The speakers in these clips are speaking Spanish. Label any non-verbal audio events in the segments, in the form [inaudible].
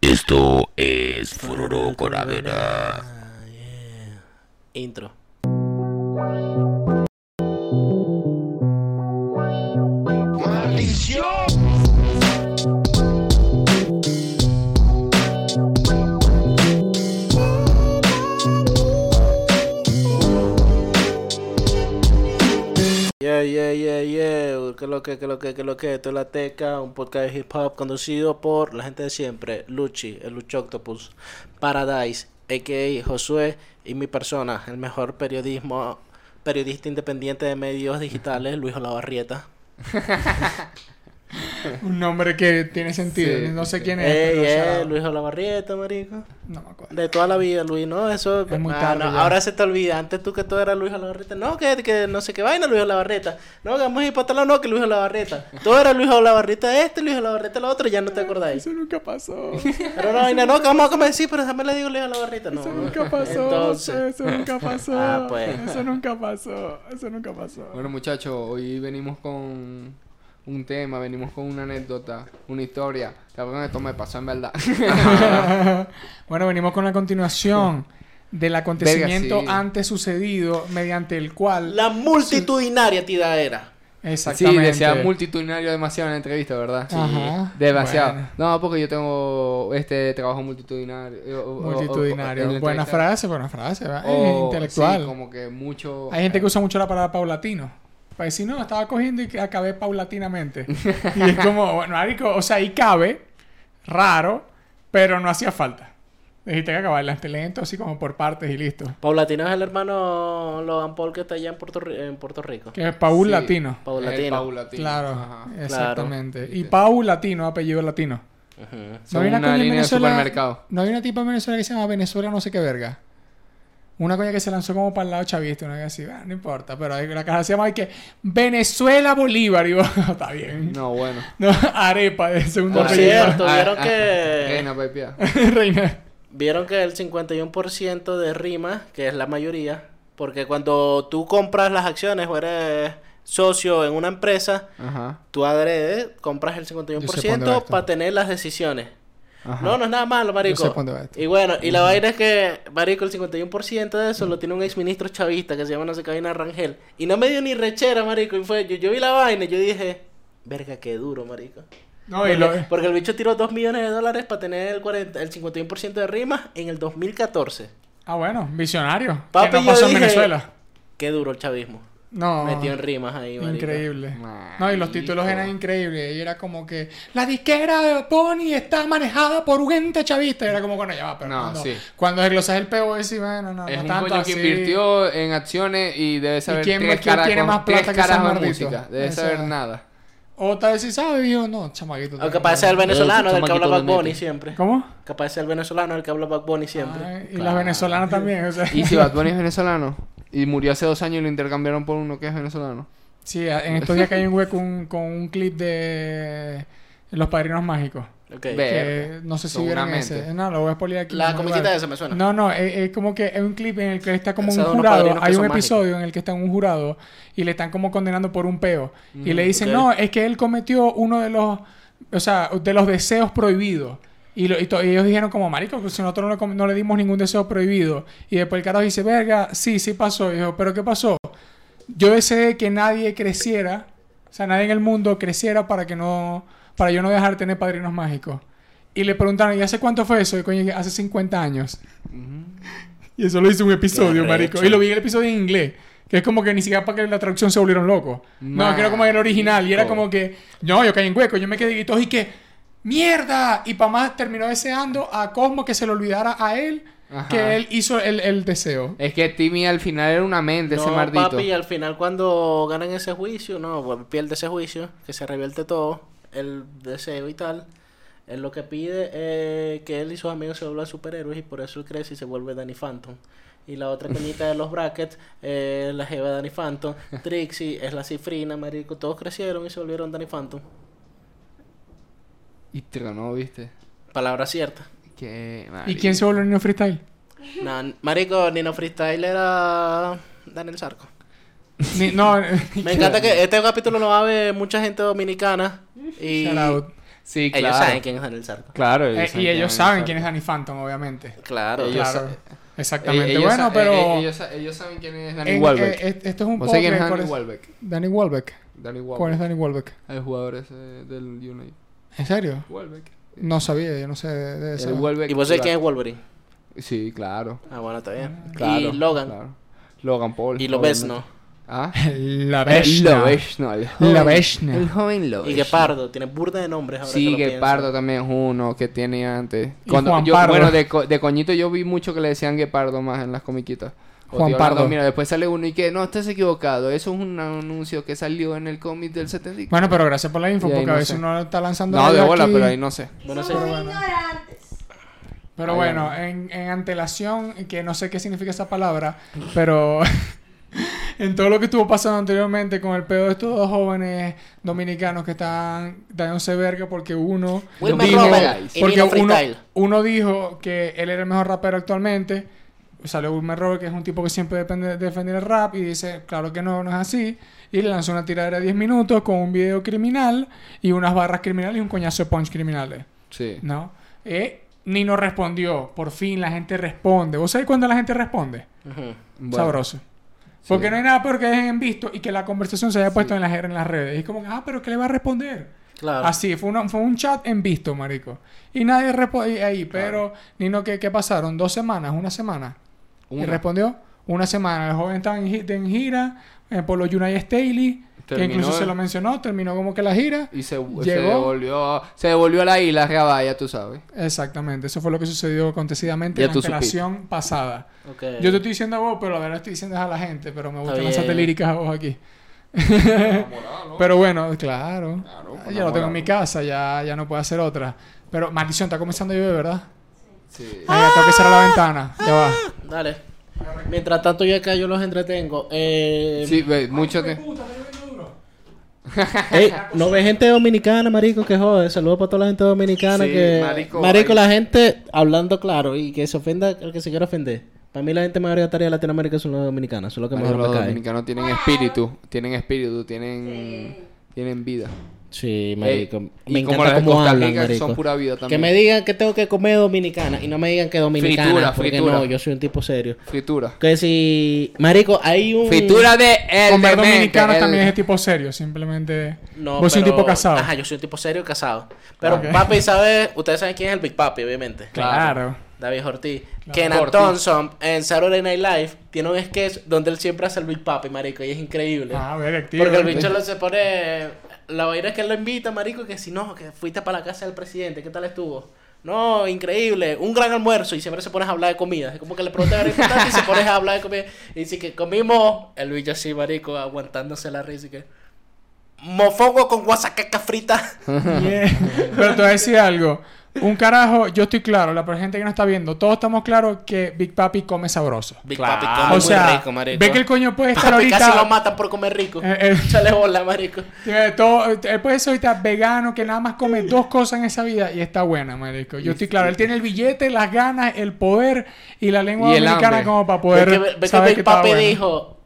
Esto es Furoro Coravera. Ah, yeah. Intro. Yeah, yeah, yeah, yeah. ¿Qué lo que, qué lo que, qué lo que? Esto es La Teca, un podcast de hip hop conducido por la gente de siempre, Luchi, el Lucho Octopus, Paradise, a.k.a. Josué y mi persona, el mejor periodismo, periodista independiente de medios digitales, Luis Olavarrieta. Un nombre que tiene sentido. Sí. No sé quién es. Ey, pero shout ey, out. Luis Olavarrieta, marico. No me acuerdo. De toda la vida, Luis, no, eso Es muy ah, tarde no, ya. ahora se te olvida, antes tú que tú eras Luis Olavarreta, no, que, que no sé qué vaina Luis Olavarreta, no, que vamos a ir para tal lado, no, que Luis Olavarreta, tú eras Luis Olavarreta este, Luis Olavarreta el otro, ya no te acordáis. Eso nunca [laughs] pasó. Pero no, vaina, no, que vamos a comer, sí, pero déjame le digo Luis Olavarreta, no. Eso [laughs] nunca pasó. Entonces. Eso nunca pasó. Ah, pues. Eso nunca pasó. Eso nunca pasó. [laughs] Bueno, muchachos, hoy venimos con un tema, venimos con una anécdota, una historia. Que algo que esto me pasó en verdad. [laughs] [laughs] bueno, venimos con la continuación del acontecimiento sí. antes sucedido mediante el cual. La multitudinaria tiradera. sí, Exactamente. decía multitudinario demasiado en la entrevista, ¿verdad? Ajá. Demasiado. Bueno. No, porque yo tengo este trabajo multitudinario. eh, o- o- o- o- en Multitudinario. la Buena entrevista. frase, buena frase. ¿verdad? es O, intelectual. Sí, como que mucho. Hay gente que usa mucho la palabra paulatino. Para decir, no, estaba cogiendo y que acabé [laughs] paulatinamente. y es como, bueno, marico, o sea, ahí cabe, raro, pero no hacía falta. Dijiste que acabarla este lento, así como por partes y listo. Paulatino es el hermano Logan Paul que está allá en Puerto, Ri- en Puerto Rico. Que es Paul Sí. Latino. El Paulatino. paulatino. Claro, Eh, Ajá. exactamente. Y Viste. Paul Latino, apellido latino. Ujú. Son hay una coña en línea de Venezuela- supermercado. No hay una tipa en Venezuela que se llama Venezuela no sé qué verga. Una coña que se lanzó como para el lado chavista, una que así, "Ah, no importa, pero hay una caja se llama y que Venezuela Bolívar. Y yo, [laughs] está bien. No, bueno. Ah, No, arepa de segundo Por apellido. cierto, vieron que- Reina Pepia. [laughs] Reina. Vieron que el 51% de rimas, que es la mayoría, porque cuando tú compras las acciones o eres socio en una empresa, Ajá. tú agredes, compras el Yo sé cuándo va 51% esto. para tener las decisiones. Ajá. No, no es nada malo, marico. Yo sé cuándo va esto. Y bueno, y la vaina es que, marico, el 51% de eso lo tiene un exministro chavista que se llama no sé qué vaina Rangel. Y no me dio ni rechera, marico. Y fue, yo, yo vi la vaina y yo dije, verga, qué duro, marico. No, y Porque, lo... porque el bicho tiró 2 millones de dólares para tener el, 40, el 51% de rimas en el 2014. Ah, bueno, visionario. Papi, ¿Qué no yo pasó en dije- Venezuela? Qué duro el chavismo. No. Metió en rimas ahí, marico. Ah, Increíble. Marico. No, y los títulos eran increíbles. Y era como que la disquera de Pony está manejada por un ente chavista. Y era como, bueno, ya va, pero No, cuando, sí. cuando desglosas el peo, decís, bueno, no, Es no un tanto coño así. que invirtió en acciones y debe saber quién- tres quién caras tiene con- más plata tres que ese caras de maldito? música. Debe Esa- saber [laughs] nada. O tal vez sí sabe, y yo, no, chamaquito. Aunque capaz sea el venezolano del que habla Bad Chamaquito Bunny Donete. siempre. ¿Cómo? Capaz sea el venezolano del que habla Bad Bunny siempre. Ah, y las Claro. venezolanas también, o sea. [laughs] ¿Y si Bad Bunny es venezolano? Y murió hace dos años y lo intercambiaron por uno que es venezolano. Sí, a- en estos días que hay un hueco un- con un clip de Los Padrinos Mágicos. Ok. Ve. Que no sé si vieron Seguramente. ese. No, lo voy a spoilear aquí. La no me comiquita acuerdo. esa me suena. No, no, eh, es, es como que es un clip en el que está como un Esos son unos jurado. padrinos que Hay son un episodio en el que está un jurado y le están como condenando por un peo. y le dicen, Mm, ok. no, es que él cometió uno de los, o sea, de los deseos prohibidos. Y, lo- y to- y ellos dijeron como, marico, pues si nosotros no, le com- no le dimos ningún deseo prohibido. Y después el carajo dice, verga, sí, sí pasó. Y dijo, pero ¿qué pasó? Yo deseé que nadie creciera, o sea, nadie en el mundo creciera para que no, para yo no dejar de tener padrinos mágicos. Y le preguntaron, ¿y hace cuánto fue eso? Y coño, hace 50 años. Y eso lo hizo un episodio, Qué marico. arrecho. Y lo vi en el episodio en inglés. Que es como que ni siquiera para que la traducción se volvieron locos. No, que era como el original. Y era Marico. como que, no, yo caí en hueco. Yo me quedé y todos y que, ¡mierda! Y para más terminó deseando a Cosmo que se le olvidara a él Ajá. que él hizo el, el deseo. Es que Timmy al final era una mente, ese No, mardito. papi, al final cuando ganan ese juicio, no, pues, pierde ese juicio, que se revierte todo, el deseo y tal. Él lo que pide es que él y sus amigos se vuelvan superhéroes y por eso él crece y se vuelve Danny Phantom. Y la otra cañita de los brackets, eh, la jeva de Danny [laughs] Phantom, Trixie, es la cifrina, marico, todos crecieron y se volvieron Danny Phantom. Y tronó, ¿viste? Palabra cierta. Qué ¿Y quién se volvió Nino Freestyle? No, marico, Nino Freestyle era Daniel Sarco. Ni- no, [laughs] Me encanta que este capítulo lo va a ver mucha gente dominicana. Y Shout out. Sí, claro. Ellos saben quién es Daniel Sarco. Claro, Eh, y ellos saben quién es Danny Phantom, obviamente. Claro. Ellos claro. sa- Exactamente. bueno, pero. Eh, ellos, sa- ellos saben quién es Danny en- Walbeck. eh, est- esto es un ¿Vos sabés quién es podcast, Danny ¿cuál es? Walbeck? Danny Walbeck. Danny ¿Cuál es Walbeck. Ah, Danny Walbeck? El jugador ese del United. ¿En serio? Walbeck. No sabía, yo no sé de, de eso. El Welbeck. ¿Y vos sabés quién es Wolverine? es? Sí, claro. Ah, bueno, está bien. Mm. claro y Logan. claro. Logan Paul. Y Lobez, ¿no? Ah. [laughs] La Lobezno. el joven- Lobezno. El joven Lobezno. Y Guepardo. Tiene burda de nombres ahora Sí, que lo que pienso. Pardo también es uno que tiene antes. Y Juan yo, Pardo. Bueno, de, co- de coñito yo vi mucho que le decían Guepardo más en las comiquitas. O Juan tío Orlando, Pardo. Mira, después sale uno y que no, estás equivocado. Eso es un anuncio que salió en el cómic del 74. Bueno, pero gracias por la info, Y ahí porque a no veces sé. uno está lanzando. No, de rollo bola, aquí. pero ahí no sé. Bueno, sí. Somos ignorantes. Pero Ahí bueno, vamos. en, en antelación, que no sé qué significa esa palabra, pero [laughs] en todo lo que estuvo pasando anteriormente con el pedo de estos dos jóvenes dominicanos que están dándose verga porque uno Wilmer dijo, Robert y porque Nino uno, Freestyle. uno dijo que él era el mejor rapero actualmente. Salió Wilmer Robert, que es un tipo que siempre depende, defiende el rap, y dice, claro que no, no es así. Y le lanzó una tiradera de 10 minutos con un video criminal y unas barras criminales y un coñazo de punch criminales. Sí. ¿No? Eh, Nino respondió. Por fin la gente responde. ¿Vos sabés cuándo la gente responde? Ujú. Bueno, Sabroso. Porque no hay nada peor que dejen en visto y que la conversación se haya puesto en, las, en las redes. Y es como, que, ah, pero ¿qué le va a responder? Claro. Ah, Así, fue, una- fue un chat en visto, marico. Y nadie respondió ahí. Pero, Nino, ¿qué, qué pasaron? ¿Dos semanas? ¿Una semana? Y Una. respondió una semana. El joven estaba en, gi- en gira eh, por los United Staley. Que Terminó incluso se el- lo mencionó. Terminó como que la gira. Y se, Llegó. se devolvió se devolvió a la isla Gabá, ya tú sabes. Exactamente, eso fue lo que sucedió acontecidamente Ya en la tú supiste. antelación pasada. Ok. Yo te estoy diciendo a vos, pero la verdad estoy diciendo es a la gente, pero me gustan las Eh. bien. líricas a vos aquí. [laughs] pero bueno, claro. Ah, pues ya lo tengo en mi casa, ya, ya no puedo hacer otra. Pero maldición, está comenzando a llover, ¿verdad? Sí. Ah. Venga, tengo que cerrar la ventana. Ya va. Dale. Mientras tanto, yo acá yo los entretengo. Eh, Sí, ve, mucho que... Ey, no ve gente dominicana, marico, que jode. Saludos para toda la gente dominicana. Sí, que... marico, hay- la gente hablando claro y que se ofenda el que se quiera ofender. Para mí, la gente mayoritaria de Latinoamérica son los dominicanos. Son los que mejor los me caen. dominicanos tienen espíritu, tienen espíritu, tienen, tienen vida. Sí, Ey, marico. Eh, y me como encanta las de cómo Costa hablan, Rica, que marico. son pura vida que también. me digan que tengo que comer dominicana y no me digan que dominicana. Fritura, porque fritura. no, yo soy un tipo serio. Fritura. Que si... Marico, hay un... Fritura de el Comer demente, dominicanos el- también es tipo serio, simplemente. No, vos sos un pero- tipo casado. Ajá, yo soy un tipo serio y casado. Pero Ok. papi, ¿sabe? Ustedes saben quién es el Big Papi, obviamente. Claro. David Ortiz. Kenan Ortiz. Thompson en Saturday Night Live tiene un sketch donde él siempre hace el Big Papi, marico, y es increíble. Ah, ver, tío. Porque el bicho lo se pone. La vaina es que él lo invita, marico, que si no, que fuiste para la casa del presidente, ¿qué tal estuvo? No, increíble, un gran almuerzo y siempre se pones a hablar de comida. Es como que le preguntan algo importante y se pones a hablar de comida. Y dice que comimos, el bicho así, marico, aguantándose la risa y que. Mofongo con guasacaca [laughs] frita. Yeah. Pero te voy a decir algo. Un carajo, yo estoy claro, la gente que no está viendo, todos estamos claros que Big Papi come sabroso. Big Claro. Papi come O sea, Ah, muy rico, marico. ve que el coño puede estar Papi, [laughs] casi lo ahorita. matan por comer rico. Eh, eh. Chale bola, marico. eh, todo- él puede ser ahorita vegano, que nada más come dos cosas en esa vida y está buena, marico. Yo estoy claro, él tiene el billete, las ganas, el poder y la lengua Y el dominicana hambre. como para Porque poder. ve- ve que saber Big que Pues, está Papi bueno. dijo,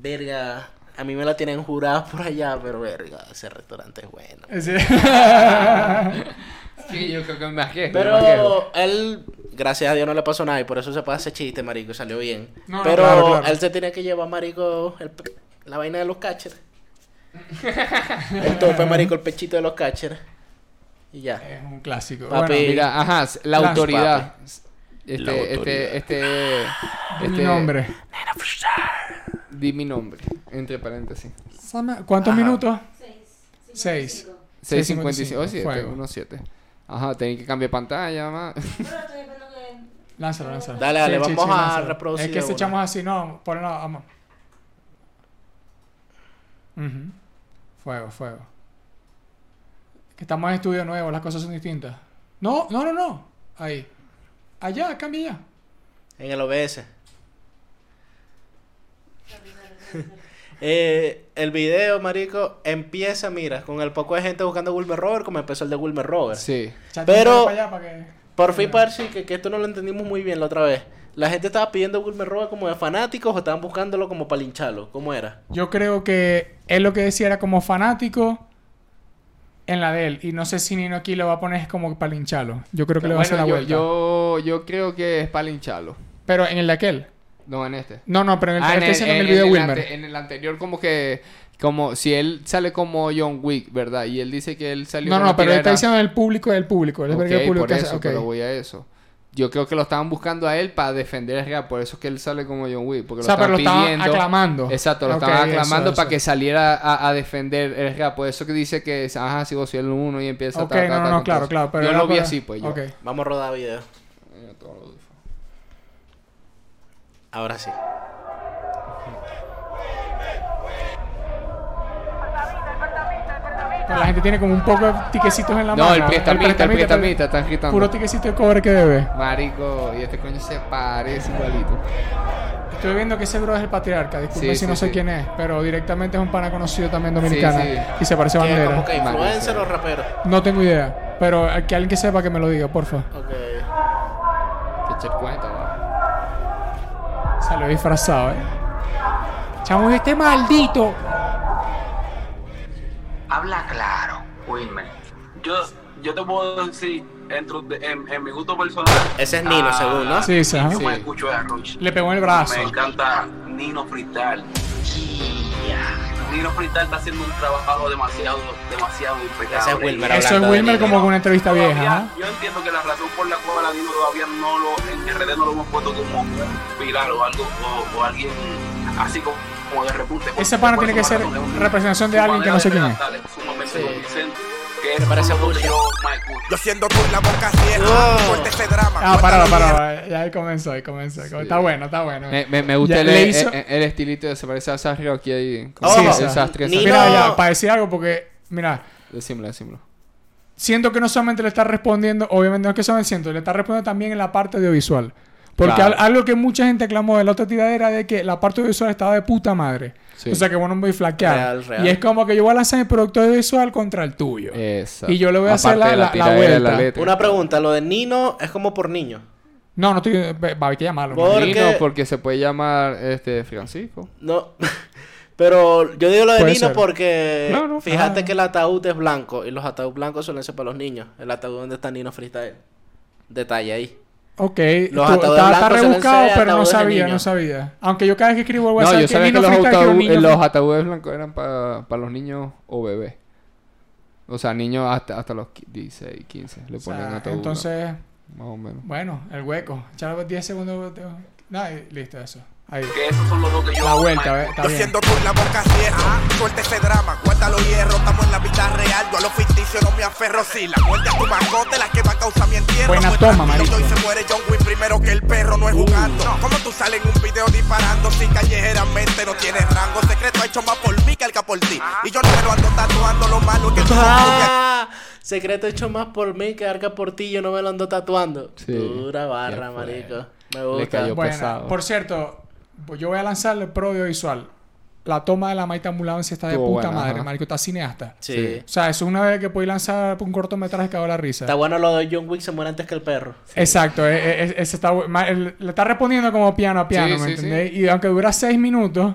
verga, a mí me la tienen jurada por allá, pero verga, ese restaurante es bueno. [laughs] Eh, Sí. Sí, yo creo que me quejo, me quejo. Pero él, gracias a Dios, no le pasó nada y por eso se puede hacer chiste, marico, y salió bien. No, no, pero claro, claro. él se tenía que llevar, marico, el pe- la vaina de los [laughs] catchers. el tope, marico, el pechito de los catchers. Y ya. es un clásico. Papi. Bueno, Mira, ajá, la Lance, autoridad. Este, La autoridad. este, este, di mi este- nombre. Di mi nombre, entre paréntesis. ¿Cuántos minutos? Seis. Seis. 55. 655, oh, siete, Fuego. uno, siete. Ajá, tenía que cambiar pantalla, más. Pero estoy esperando que. Lánzalo, lánzalo. Dale, dale, Sí, sí, vamos sí, a lánzalo. reproducir Es que de si una. echamos así, no, ponlo, vamos. Ujú. Fuego, fuego. Que estamos en estudio nuevo, las cosas son distintas. No, no, no, no. Ahí. Allá, cambia ya. En el OBS. Eh, el video, marico, empieza, mira, con el poco de gente buscando a Wilmer Robert, como empezó el de Wilmer Robert. Sí. Chate, Pero- para allá, para que- Por fin, Parsi, que, que esto no lo entendimos muy bien la otra vez. La gente estaba pidiendo a Wilmer Roa como de fanáticos o estaban buscándolo como para lincharlo. ¿Cómo era? Yo creo que él lo que decía era como fanático. en la de él. Y no sé si Nino aquí lo va a poner como para lincharlo. Yo creo que le va a hacer la Bueno, yo, vuelta. yo, yo creo que es para lincharlo. Pero en el de aquel. No, en este. No, no, pero en el, Ah, estoy diciendo en el video en de el Wilmer. ante- en el anterior como que... Como si él sale como John Wick, ¿verdad? Y él dice que él salió No, con no, la pero él está tiradera. diciendo el público, el público. El verga del Ok, público por que hace- eso, ok. pero voy a eso. Yo creo que lo estaban buscando a él para defender el real, por eso es que él sale como John Wick, porque O sea, lo pero lo estaban estaban pidiendo. aclamando. Exacto, lo Ok, estaban eso, aclamando para eso. que saliera a, a defender el real, por eso que dice que ajá, si vos el uno y empieza Ok, ta, ta, no, ta, no, no, con claro, todo. claro. Pero yo era lo vi para- así, pues yo. Ok. Vamos a rodar video. Mira, Eh, todo lo difo. Ahora sí. Pero La gente tiene como un poco de tiquecitos en la mano. No, el prestamita, el prestamita, están pero gritando. Puro tiquecito de cobre que debe. Marico, y este coño se parece igualito. Estoy viendo que ese bro es el patriarca. Disculpe Sí, si no sí, sé sí. quién es, pero directamente es un pana conocido también dominicano. Sí, sí. Y se parece a ¿Qué, bandera. como que Madre influencer sea. o rapero? No tengo idea. Pero eh, que alguien que sepa que me lo diga, porfa. Ok. Que eche cuenta, ¿no? Salió disfrazado, eh. Chamo, este maldito. Habla claro, Wilmer. Yo, yo te puedo decir, dentro de- en, en mi gusto personal, Ah, Ese es Nino, según, ¿no? Sí, sí, ajá. yo me escucho de Rush. Le pegó en el brazo. Me encanta Nino Frital. Nino Frital está haciendo un trabajo demasiado, demasiado impecable. Ese es Wilmer Eso es hablando de Wilmer Nino. como con una entrevista Todavía- vieja. ¿ah? ajá. Yo entiendo que la razón por la cual a Nino todavía no lo, en RD no lo hemos puesto como un pilar o algo, o, o alguien así como, como de repunte. Ese pana Por tiene que su ser razón, es un- representación de su alguien que no manera sé de quién es. relatar, su momento Sí. convincente, que Se es parece a lo que Julio. yo me escucho. Yo siendo tú la boca ciega, Oh. fuerte ese drama. Ah, cuéntalo pará, bien. pará. Ya ahí comenzó, ahí comenzó. Está bueno, está bueno. Me, me, me gusta Ya, el, le el- hizo- el- el estilito de se parece a Sasrio aquí ahí. Oh, sí, sí. el sastre, Ni- Sastre. Mira, no. ya, para decir algo, porque, mira, Decímelo, decímelo. siento que no solamente le está respondiendo, obviamente no es que solamente siento, le está respondiendo también en la parte audiovisual. Porque Claro. al- algo que mucha gente clamó de la otra tirada era de que la parte audiovisual estaba de puta madre. Sí. O sea que bueno, muy flaqueada. Real, real. Y es como que yo voy a lanzar mi producto audiovisual contra el tuyo. Exacto. Y yo le voy a hacer Aparte la- de la- la tiradera de vuelta. letra. Una pregunta, lo de Nino es como por niño. No, no estoy. ve- Va, hay que llamarlo. ¿no? Por- Nino, Porque- porque... se puede llamar este Francisco. No. [laughs] Pero yo digo lo de Puede Nino ser. porque No, no, fíjate ah. que el ataúd es blanco y los ataúdes blancos suelen ser para los niños. El ataúd donde está Nino Freestyle. Detalle ahí. Ok, Los tú- ataúdes está, está blancos suelen rebuscado, ser pero no ataúdes de sabía, niño. no sabía. Aunque yo cada vez que escribo el WhatsApp, no, yo sabía que, Nino los, Freestyle, que ataúd- un niño los Freestyle. ataúdes blancos eran para los niños o bebés. O sea, niños hasta, hasta los 15, 16, 15. Le O sea, ponen ataúd. Entonces, blanco, Más o menos. bueno, el hueco. Echar 10 segundos. de- Nada, y listo, eso. Ahí. Que esos son los dos que yo La me vuelta, ¿ves? está Yo bien. siendo tú la boca ciega, fuerte ese drama, cuéntalo hierro, estamos en la vida real, yo a lo ficticio no me aferro, si la muerte a tu mascota es la que va a causar mi entierro. Buena Pues toma, Uh. tranquilo, marico. Hoy se muere John Wayne primero que el perro, no es jugando. Como tú sales en un video disparando, si callejeramente no tienes rango, secreto ha hecho más por mí que el que por ti. Ah. Y yo no me lo ando tatuando, lo malo es que tú no copias. ¡Ah! [laughs] Secreto hecho más por mí que arca por ti, yo no me lo ando tatuando. Sí. Dura barra, Ya fue. marico. Me Le gusta. cayó. Bueno, pesado. por cierto, pues yo voy a lanzar el pro audiovisual. La toma de la Maita Ambulancia está de Estuvo puta buena, madre, ajá. marico. Está cineasta. Sí. Sí. O sea, eso es una vez que podéis lanzar un cortometraje que hago la risa. Está bueno lo de John Wick se muere antes que el perro. Exacto, e- e- e- ese está bu- ma- el- le está respondiendo como piano a piano, Sí, ¿me sí, entendéis? Y aunque dura seis minutos,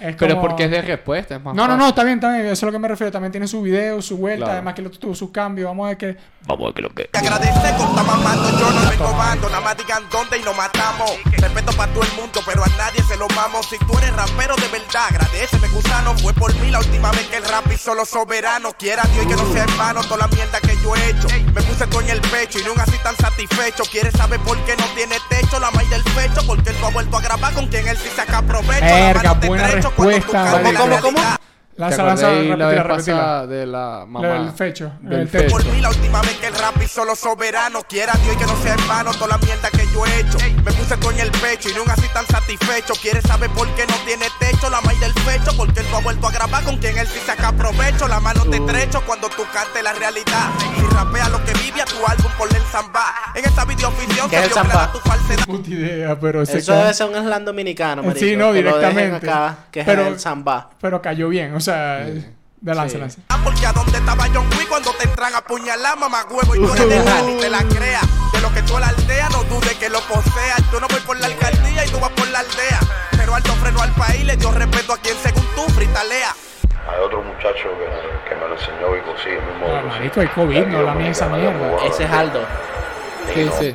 es Pero como- porque es de respuesta, es más No, no, fácil. no, está bien, está bien, eso es lo que me refiero. También tiene su video, su vuelta, Claro. además que lo tuvo sus cambios. Vamos a ver que. Vamos a ver qué es lo que. Que agradece con está mamando, yo no vengo mando, nada más digan dónde y nos matamos. Respeto para todo el mundo, pero a nadie se lo mamo. Si tú eres rapero de verdad, agradeceme gusano. Fue por mí la última vez que el rap hizo los soberanos. Quiera Dios y que no sea en vano toda la mierda que yo he hecho. Me puse todo en el pecho y no así tan satisfecho. ¿Quieres saber por qué no tiene techo? La maíz del pecho, porque él no ha vuelto a grabar con quien él sí saca provecho. La Verga, mano te buena trecho cuando tú respuesta, cambias la marico. ¿Cómo, cómo, realidad. ¿Te Lanza, acordás lanza, ahí la repetila, vez repetila. pasada de la mamá? Lo del fecho, lo Del del techo. Por mí la última vez que el rap hizo los soberanos Quiera Dios y que no sea en vano toda la mierda que yo he hecho Me puse todo en el pecho y no así tan satisfecho Quieres saber por qué no tiene techo La maíz del pecho porque él no ha vuelto a grabar Con quien él sí saca provecho La mano Uh. te trecho cuando tú cantes la realidad Si rapea lo que vive a tu álbum ponle el samba En esta videoficción ¿Qué es se el vio samba? clara tu falsedad Puta idea, pero se Eso ca- debe ser un slam dominicano, marico. Pues Sí, no, que lo dejen directamente. acá, que Pero- es el samba. Pero cayó bien, o sea, de lanza, lanza. Ah, Porque a donde estaba John Wick cuando te entran a puñalar, mamá huevo, y tú eres de Dani, te la creas. De lo que tú a la aldea, no dudes que lo poseas. Yo no voy por la alcaldía y tú vas por la aldea. Pero alto freno al país, le dio respeto a quien según tú fritalea. Hay otro muchacho que, que me lo enseñó Vico, sí, el No, mismo. Vico, Ah, marico, hay COVID, no la mía esa mierda. Ese es Aldo. Sí, sí.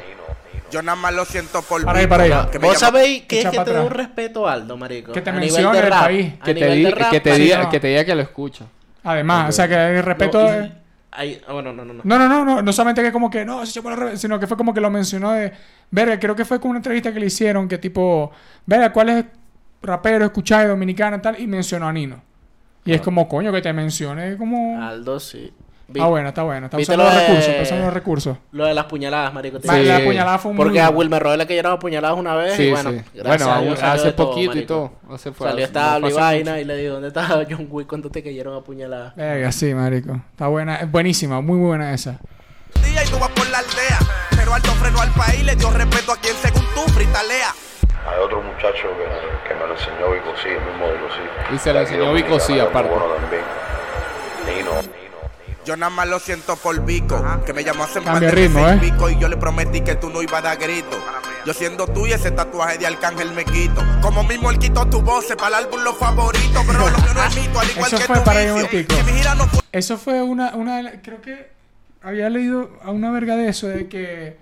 Yo nada más lo siento por Para ahí, mí, para ahí. cabrón, que me Vos llama- sabéis que Echa es que pa' te da un atrás. respeto Aldo, marico. Que te a nivel mencione de el rap, país. a Que te, nivel de diga, rap, que, te marico, diga, no. que te diga que lo escucha. Además, o sea, que el respeto. no, y- es- ay, ah, bueno, no, no, no. No, no, no, no, no solamente que como que no, se chupó la re-", sino que fue como que lo mencionó de, verga, creo que fue como una entrevista que le hicieron que tipo, verga, ¿cuál es rapero, escucháis, dominicana, tal? Y mencionó a Nino. Y Ah. es como, coño, que te mencione como... Ah, Aldo, sí. Vi- bueno, está bueno, está viste usando lo los de- recursos, está usando los recursos. Lo de las puñaladas, marico. te Sí. Vale, digo. La puñalada fue un... Porque a Wilmer Roel le cayeron a puñaladas una vez Sí, y bueno, sí. gracias Eh, Bueno, a Dios aún- salió hace de todo, poquito y marico. todo. Hace fue, Salió hace- no esta habla y fue hace mucho. vaina y le digo, ¿dónde estaba John Wick cuando te cayeron a puñaladas? Verga, sí, marico. Está buena, es buenísima, muy buena esa. día y tú vas por la aldea. Pero Aldo frenó al país, le dio respeto a quien según tú fritalea. Hay otro muchacho que, que me lo enseñó Vico, sí, el mismo Vico, sí. Y se lo De aquí enseñó Vico, Dominicana, sí, que es muy aparte. Bueno también. Nino, Nino, Nino. Yo nada más lo siento por Vico, que me llamó hace Cambia de ritmo, meses, ¿eh? Vico, y yo le prometí que tú no ibas a dar grito. Yo siendo tú y ese tatuaje de arcángel me quito. Como mismo él quitó tu voz, para el álbum los favoritos, pero lo [laughs] que no es mito, al igual Eso que fue tu para ahí un vicio. momentico. Si mi gira no fuera Eso fue una, una de las- Creo que había leído a una verga de eso, de que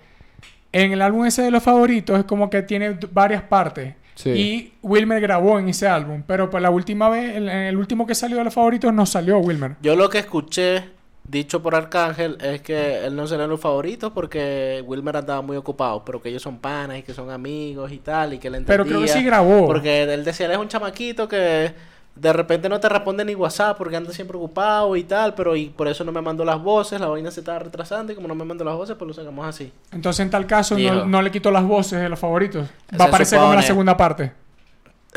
en el álbum ese de los favoritos es como que tiene d- varias partes. Sí. Y Wilmer grabó en ese álbum, pero pues la última vez, en en el último que salió de los favoritos, no salió Wilmer. Yo lo que escuché dicho por Arcángel es que él no sería los favoritos porque Wilmer andaba muy ocupado, pero que ellos son panas y que son amigos y tal, y que le entendía. Pero creo que sí grabó. Porque él decía, él es un chamaquito que de repente no te responde ni WhatsApp porque anda siempre ocupado y tal, pero y por eso no me mandó las voces, la vaina se estaba retrasando y como no me mandó las voces, pues lo sacamos así. Entonces, en tal caso, Hijo. no, no le quitó las voces de los favoritos. Se Va a aparecer como en la supone. segunda parte.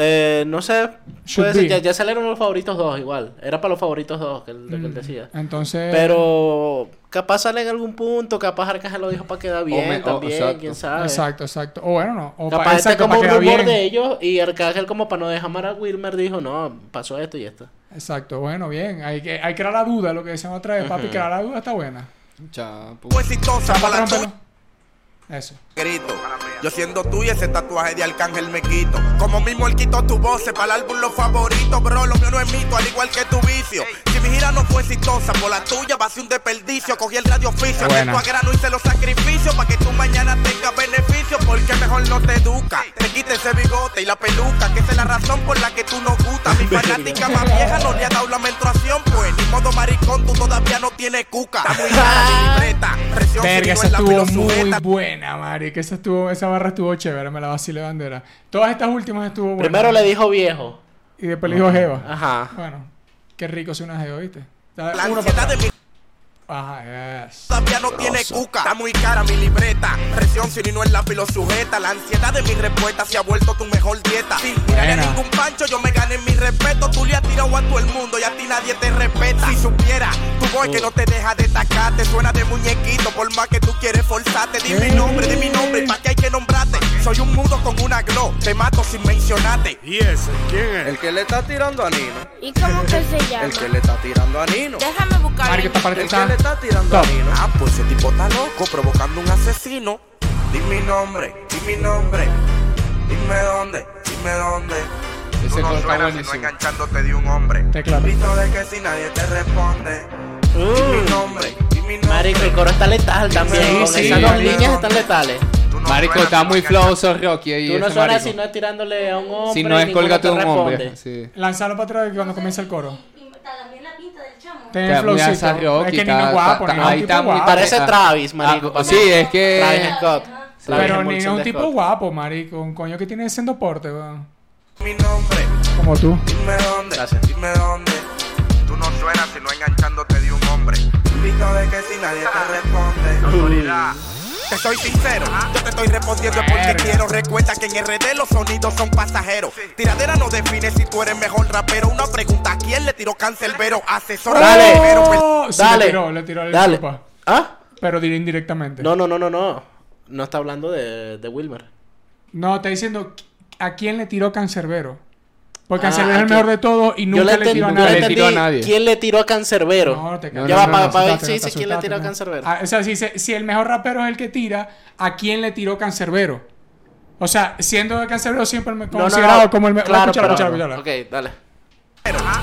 Eh, no sé, Should puede ser, be. ya, ya salieron los favoritos dos igual, era para los favoritos dos que él, que Mm. él decía. Entonces. Pero capaz sale en algún punto, capaz Arcángel lo dijo para quedar bien me- o- también, exacto. quién sabe. Exacto, exacto. O bueno, no. O ah, eh. Capaz pa- este exacto, como para un quedar rumor bien. de ellos y Arcángel como para no dejar mal a Wilmer dijo, no, pasó esto y esto. Exacto, bueno, bien. Hay que, hay que crear la duda, lo que decían otra vez, papi. Crear la duda está buena. Chapu. Pues, exitosa, para la Patrón, tuya. pero- Eso. grito. Yo siendo tú y ese tatuaje de arcángel me quito. Como mismo él quitó tu voz, para el álbum los favoritos, bro. Lo mío no es mito, al igual que tu vicio. Si mi gira no fue exitosa, por la tuya va a ser un desperdicio. Cogí el radio oficio, Buena. tu a grano hice los sacrificios para que tú mañana tengas beneficio. Porque mejor no te educa. Te quita ese bigote y la peluca, que esa es la razón por la que tú no gustas. Mi fanática más vieja no le ha dado la menstruación, pues. Ni modo maricón, tú todavía no tienes cuca. Está muy rara la libreta. Presión Verga, sirvió esa en la estuvo muy filosujeta. buena, Mari. Que esa, estuvo, esa barra estuvo chévere, me la vacilé bandera. Todas estas últimas estuvo buena. Primero le dijo viejo. Y después le dijo Jeva. Ajá. Bueno, qué rico ser una Jeva, ¿viste? Da- La Uno para ansiedad de mi Ajá, yes. Todavía no tiene cuca, está muy cara mi libreta. Presión si no en la pilo sujeta. La ansiedad de mi respuesta se ha vuelto tu mejor dieta. Sin tirarle a Buena. ningún pancho, yo me gané mi respeto. Tú le has tirado a todo el mundo y a ti nadie te respeta. Si supiera, tu voz Oh. que no te deja destacar. Te suena de muñequito, por más que tú quieres forzarte. Di Eh. mi nombre, di mi nombre, pa' que hay que nombrarte. Soy un mudo con una glow, te mato sin mencionarte. El que le está tirando a Nino. ¿Y cómo que se llama? El que le está tirando a Nino. Déjame buscar. Mari, que esta parte El que le está. está tirando a Top. Nino. Ah, pues ese tipo está loco, provocando un asesino. Di mi nombre, di mi nombre. Dime dónde, dime dónde. Ese Tú gol no está suenas sino buenísimo. enganchándote de un hombre. Está claro. Grito de que si nadie te responde. Di Uh. Mm. mi nombre, di mi nombre. Marico, el coro está letal también. Sí, con sí, esas dos marico. líneas están letales. Tú no Marico, suenas está sino muy enganchándote flow, sos Rocky. ahí, Tú no ese suenas marico. si no es tirándole a un hombre. Si no es y ninguno colgate te un hombre. responde. Sí. Lanzalo para atrás que cuando comienza el coro. Y, y también la pinta del chamo. Ten Está el muy alza flowcito. Es Rocky, que Nino está- es guapo, está- Nino es ahí un está tipo muy- guapo. Parece Ah, Travis, marico. ah, para sí, mí. es que- Travis Scott. Travis Pero Emulsion Nino es un de tipo Scott. guapo, marico. Un coño que tiene ese porte, weón. Mi nombre, Como tú. dime dónde, Gracias. dime dónde. Tú no suenas sino enganchándote de un hombre. Grito de que si nadie te responde. Autoridad. Te soy sincero, yo te estoy respondiendo porque Ah. Verga. quiero. Recuerda que en RD los sonidos son pasajeros. Tiradera no define si tú eres mejor rapero. Una pregunta: ¿quién le tiró cancelbero? Asesor Dale. primero, pues- Oh, sí, Dale. Le tiró, le tiró la Dale. chupa. ¿Ah? Pero diré indirectamente. No, no, no, no, no. No está hablando de, de Wilmer. No, está diciendo a quién le tiró Cancerbero. Porque Ah, Cancerbero es ¿a el quién? mejor de todos y nunca yo le, le tiró a enten- nunca yo le nadie. le tiró a entendí nadie. ¿Quién le tiró a Cancerbero? No, te No, ya no, va, no, para no, para ver asustaste, si no dice te quién le asustaste, tiró a no. Cancerbero. Ah, o sea, si, se- si el mejor rapero es el que tira, ¿a quién le tiró Cancerbero? O sea, siendo de Cancerbero siempre me he No, no, considerado no. como el mejor. Claro, escúchalo, pero- escúchalo, escúchalo. Ok, dale.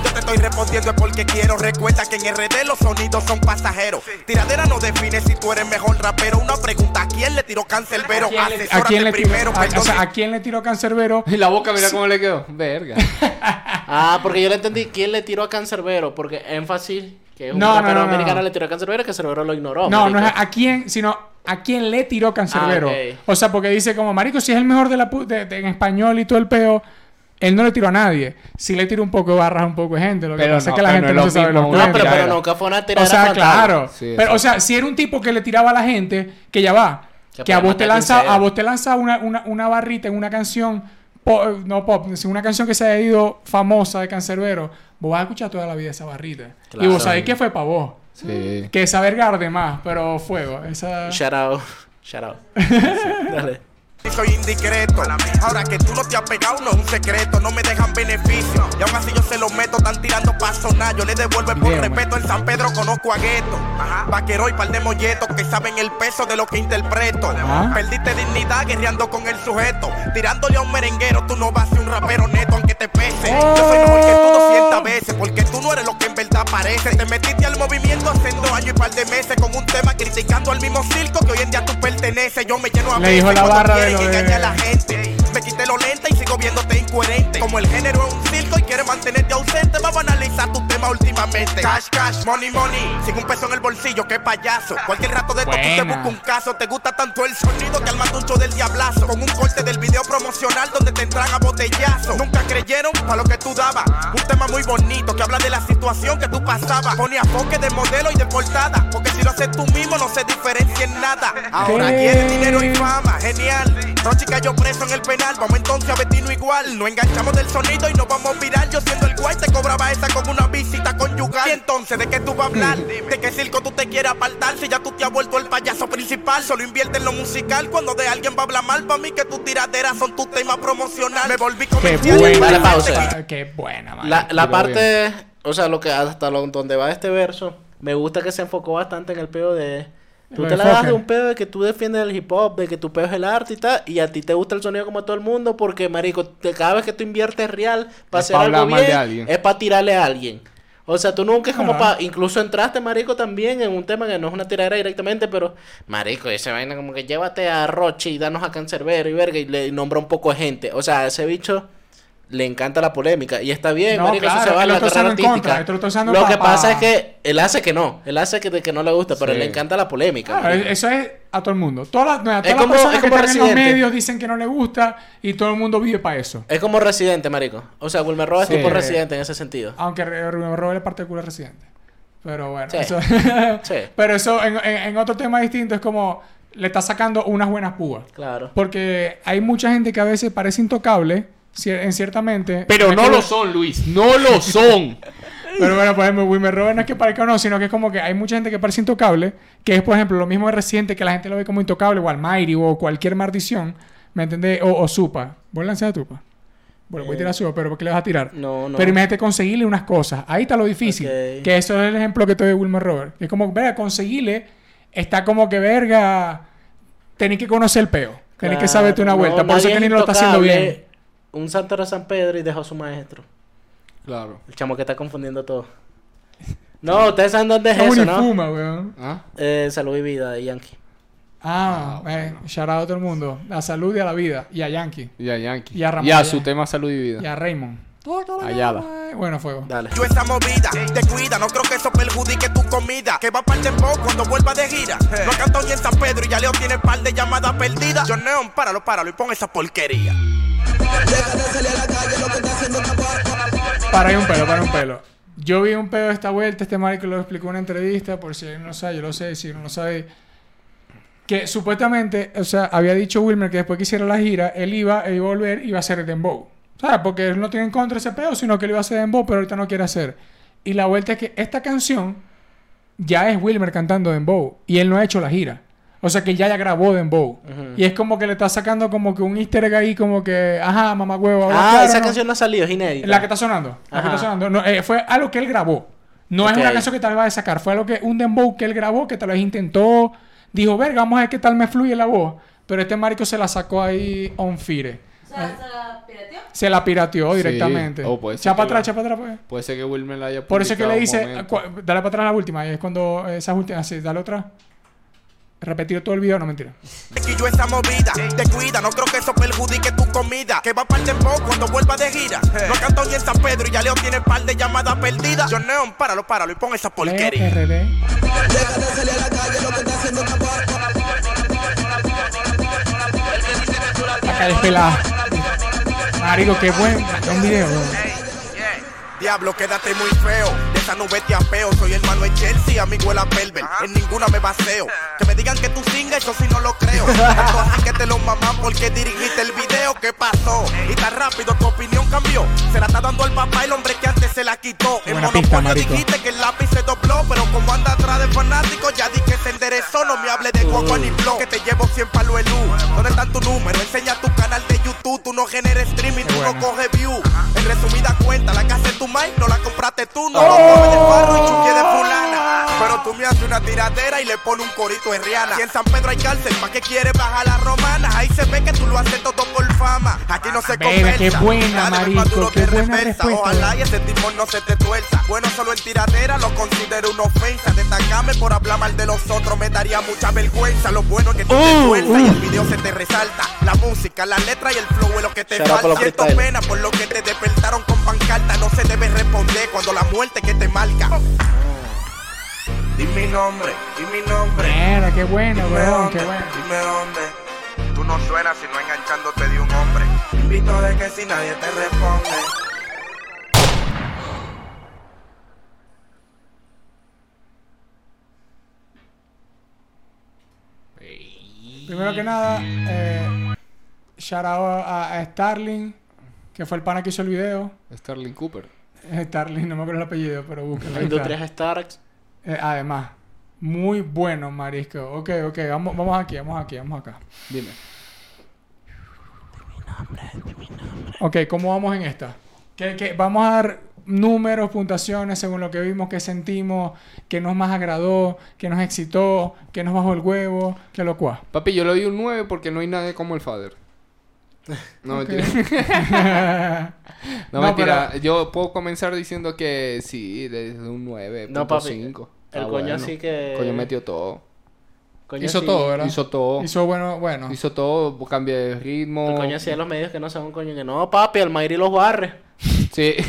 Yo te estoy respondiendo es porque quiero. Recuerda que en RD los sonidos son pasajeros. Tiradera no define si tú eres mejor rapero. Una pregunta: ¿a quién le tiró cancelbero? ¿A quién Asesórate le tiró, primero, pues, a, o perdón, sea, ¿a quién le [laughs] tiró Cancerbero? Y [laughs] la boca, mira cómo le quedó. [laughs] Verga. Ah, porque yo le entendí quién le tiró a Cancerbero, porque énfasis que es un No, no, rapero no, no, americano no. le tiró a Cancerbero, que Cancerbero lo ignoró. No, no marico. es a, a quién, sino a quién le tiró Cancerbero. Ah, ok. O sea, porque dice como, marico, si es el mejor de la pu- de- de- en español y todo el peo, él no le tiró a nadie. Si le tiró un poco de barras a un poco de gente. Lo que Pero pasa no, es que la pero gente no no, es se lo sabe mismo los una No, pero, cuentos. pero tiradera. nunca fue una tirada O sea, frontal. claro. Sí, pero, o exacto. sea, si era un tipo que le tiraba a la gente, que ya va. Que Que a puede vos, te matar lanza, quien sea. a vos te lanza una, una, una barrita en una canción, po- no pop, sino una canción que se haya ido famosa de Cancerbero. Vos vas a escuchar toda la vida esa barrita. Y Claro. vos sabés que fue para vos. Sí. Que esa verga de más, pero fuego. Esa... Shout out. Shout out. Dale. Si soy indiscreto, ahora que tú no te has pegado no es un secreto, no me dejan beneficio. Y aún así yo se los meto, están tirando pa' sonar. Yo le devuelvo el por Damn, man. respeto. En San Pedro conozco a Gueto, vaquero y par de molletos que saben el peso de lo que interpreto. Ajá. Perdiste dignidad guerreando con el sujeto, tirándole a un merenguero. Tú no vas a ser un rapero neto aunque te pese. Yo soy mejor que tú 200 veces, porque tú no eres lo que en verdad parece. Te metiste al movimiento hace dos años y par de meses con un tema criticando al mismo circo que hoy en día tú perteneces. Yo me lleno a Le dijo la cuando barra de quieren lo de- engañar a la gente. Me quité lo lenta y sigo viéndote incoherente. Como el género es un circo y quiere mantenerte ausente, vamos a analizar tu tema últimamente. Cash, cash, money, money. Sin un peso en el bolsillo, qué payaso. Cualquier rato de esto tú te Buena. buscas un caso. Te gusta tanto el sonido que al matucho del diablazo. Con un corte del video promocional donde te entran a botellazo. Nunca creyeron a lo que tú dabas. Un tema muy bonito que habla de la situación que tú pasabas. Ponía foque de modelo y de portada. Porque si lo haces tú mismo, no se diferencia en nada. Ahora ¿Qué? tienes dinero y fama, genial. Rochi cayó preso en el penal, vamos entonces a vestirnos igual. No enganchamos del sonido y nos vamos viral. Yo siendo el guay te cobraba esa con una visita conyugal. ¿Y entonces de qué tú vas a hablar? ¿De qué circo tú te quieres apartar? Si ya tú te has vuelto el payaso principal, solo invierte en lo musical. Cuando de alguien va a hablar mal, para mí que tus tiraderas son tus temas promocionales. Me volví Qué comercial. buena. Dale pausa. Ah, Qué buena, man. La, la Mira, parte, o sea, lo que hasta lo, donde va este verso, me gusta que se enfocó bastante en el pedo de. Tú Lo te de la das Fokker. de un pedo de que tú defiendes el hip hop, de que tu pedo es el arte y tal, y a ti te gusta el sonido como a todo el mundo, porque, marico, te- cada vez que tú inviertes real para Es hacer pa' algo hablar mal de bien, alguien. es para tirarle a alguien. O sea, tú nunca es como Ah. para. Incluso entraste, marico, también en un tema que no es una tiradera directamente, pero, marico, esa vaina como que llévate a Roche y danos a Cancerbero y verga, y le nombra un poco de gente. O sea, ese bicho le encanta la polémica y está bien, No, marico, claro, eso se va en él lo la está carrera usando en contra, artística. él lo está usando Lo pa- que pa- pasa es que él hace que no, él hace que, de que no le gusta, pero Sí. le encanta la polémica. Claro, marico. eso es a todo el mundo. Todas las, no, a Es todas las como- es personas que como están en los Residente. medios dicen que no les gusta y todo el mundo vive para eso. Es como residente, marico. O sea, Wilmer Roa Sí. Ah, es tipo residente en ese sentido. Aunque Re- Rubén Roble le parte el culo a Residente. Pero bueno, Sí. eso. [laughs] Sí. [laughs] Pero eso en, en- en otro tema distinto es como le está sacando unas buenas púas. Claro. Porque hay mucha gente que a veces parece intocable, cier- en ciertamente. Pero es no que- lo son, Luis. No lo son. Pero bueno, pues, por ejemplo, Wilmer Robert no es que parezca o no, sino que es como que hay mucha gente que parece intocable, que es, por ejemplo, lo mismo de reciente que la gente lo ve como intocable, o Almairi, o cualquier maldición, ¿me entendés? O, o Supa. Vos lanzás a Tupa. Bueno, voy a tirar a Supa, pero ¿por qué le vas a tirar? Eh, No, no. Pero imagínate conseguirle unas cosas. Ahí está lo difícil. Ok. Que eso es el ejemplo que te doy de Wilmer Robert. Que es como, verga, conseguirle está como que, verga, tenés que conocer el peo. Tenés que Claro, saberte una no, vuelta. por nadie eso que es ni lo está haciendo intocable. bien. Un santo era San Pedro y dejó a su maestro. Claro. El chamo que está confundiendo [laughs] todo. No, ustedes saben dónde es Está eso, bonito, ¿no? fuma, weón. ¿Ah? Eh, salud y vida de Yankee. Ah, eh, shout out a todo el mundo. A salud y a la vida. Y a Yankee. Y a Yankee. Y a Ramón Y a Ayala. su tema salud y vida. Y a Raymond. Ayala. eh. Bueno, fuego. Dale. Yo esa movida, te cuida, no creo que eso perjudique tu comida. Que va par de poco cuando vuelva de gira. No ha cantado ni en San Pedro y ya Leo tiene par de llamadas perdidas. John Neon, páralo, páralo y pon esa porquería. Para ahí un pelo, para un pelo. Yo vi un pedo de esta vuelta, este marico lo explicó en una entrevista, por si alguien no lo sabe, yo lo sé, si no lo sabe. Que supuestamente, o sea, había dicho Wilmer que después que hiciera la gira, él iba, él iba a volver, iba a hacer el dembow. ¿Sabes? Porque él no tiene en contra ese pedo, sino que él iba a hacer dembow, pero ahorita no quiere hacer. Y la vuelta es que esta canción ya es Wilmer cantando Dembow y él no ha hecho la gira. O sea que ya ya grabó Dembow. Y es como que le está sacando como que un easter egg ahí, como que, ajá, mamá huevo. habla Ah, claro, esa ¿no? canción no ha salido, es inédita. La que está sonando. La Ajá. que está sonando. No, eh, fue algo que él grabó. No Ok. es una canción que tal vez va a sacar. Fue algo que un dembow que él grabó, que tal vez intentó. Dijo, verga, vamos a ver qué tal me fluye la voz. Pero este marico se la sacó ahí on fire. O sea, ¿se la pirateó? Se la pirateó Sí. directamente. O puede ser Echa que para atrás, la- echa para atrás. pues. Puede ser que Wilmer la haya Por eso es que le publicado un dice, momento. cua- dale para atrás la última. Y es cuando esas últimas, así, dale otra. Repetir todo el video, no mentira. Es que yo esa movida, te cuida, no creo que eso perjudique tu comida. Que va para el dembow cuando vuelva de gira. No canta hoy en San Pedro y ya Leo tiene par de llamadas perdidas. John Neon, páralo, páralo y pon esa porquería. RD. Acá despelada. Marico, qué buen. qué buen video, bro. Diablo, quédate muy feo. De esa nube te apeo. Soy hermano de Chelsea, amigo de la Velvet. En ninguna me baseo. Que me digan que tú singas, eso sí no lo [laughs] creo. Tanto así que te lo mamán porque dirigiste el video. ¿Qué pasó? Y tan rápido tu opinión cambió. Se la está dando al papá el hombre que antes se la quitó. En Buena pista, monopolio marico. dijiste que el lápiz se dobló. Pero como anda atrás de fanático, ya di que se enderezó. No me hable de guaco ni blog. Que te llevo siempre al ULU. ¿Dónde está tu número? Enseña tu canal de YouTube. Tú no generes streaming, tú no buena. coges view. En resumida cuenta, la casa de tu mic no la compraste tú, no Oh. lo comes de barro y chuche de fulana. Pero tú me haces una tiradera y le pones un corito en Rihanna. Si en San Pedro hay cárcel, ¿pa' qué quieres bajar la romana? Ahí se ve que tú lo haces todo por fama. Aquí no se Verga, conversa. qué buena, Nadie ve marico, maduro qué que buena reversa. respuesta. Ojalá y ese timón no se te tuerza. Bueno, solo en tiradera lo considero una ofensa. Destacarme por hablar mal de los otros me daría mucha vergüenza. Lo bueno que tú te Uh, tuerzas y el video se te resalta. La música, la letra y el flow es lo que te Será por falta. los Siento freestyle. pena por lo que te despertaron con pancarta. No se debe responder cuando la muerte que te marca. Dime mi nombre, dime mi nombre. Mierda, qué bueno, Dime weón, dónde, qué bueno. dime dónde. Tú no suenas sino enganchándote de un hombre. Te Invito de que si nadie te responde. Primero que nada, eh, shout out a, a Starling, que fue el pana que hizo el video. [laughs] Starling Cooper. Starling, no me acuerdo el apellido, pero búsquenlo. La ahí está. industria Starks. Eh, además, muy bueno, marisco. Ok, ok, vamos, vamos aquí, vamos aquí, vamos acá. Dime. Ok, ¿cómo vamos en esta? ¿Qué, qué- vamos a dar números, puntuaciones según lo que vimos, qué sentimos, qué nos más agradó, qué nos excitó, qué nos bajó el huevo, qué lo cual. Papi, yo le doy un 9 porque no hay nadie como el father. No, mentira. no, [laughs] No, mentira. pero- Yo puedo comenzar diciendo que sí, le doy un 9. No, papi, el coño sí que- Ah, Coño metió todo. Coño, Hizo sí. todo, ¿verdad? Hizo todo. Oh. Hizo, Hizo bueno, bueno. todo, cambia de ritmo. El coño hacía los medios que no saben coño que no, papi, el Mayri los barre. Sí. [laughs]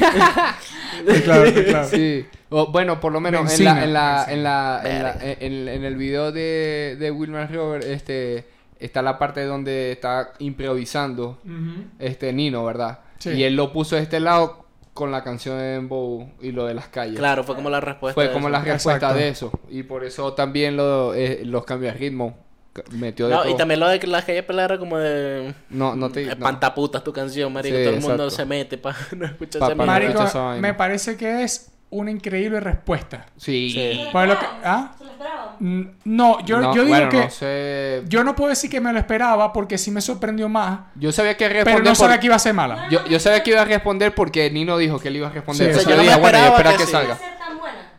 Sí, claro, sí, claro. Sí. O, bueno, por lo menos en Benzina. la, en la, en la, en la- en- en el video de, de Wilmer Robert, este está la parte donde está improvisando Ujú. este Nino, ¿verdad? Sí. Y él lo puso de este lado con la canción de Bow y lo de las calles. Claro, fue como la respuesta. Fue de como eso. la respuesta Exacto. de eso. Y por eso también lo, eh, los cambios de ritmo c- metió de No, todo. y también lo de que las calles peladas era como de. No, no te eh, no. Pantaputas tu canción, marico. Sí, Todo el mundo exacto. se mete para [laughs] no escuchar Pa- esa pa- mierda. Marico, Marico, esa vaina. me parece que es una increíble respuesta. Sí. Sí. Pues lo que- ¿ah? ¿Se lo esperaban? Mm, No, yo, No, yo digo bueno, que. no sé. Yo no puedo decir que me lo esperaba porque sí me sorprendió más. Yo sabía que Pero responder no sabía por- que iba a ser mala. Yo, yo sabía que iba a responder porque Nino dijo que él iba a responder. Sí, Entonces o sea, yo no yo me dije, bueno, yo esperaba espera que, que sí. ¿Va a salga. ser tan buena?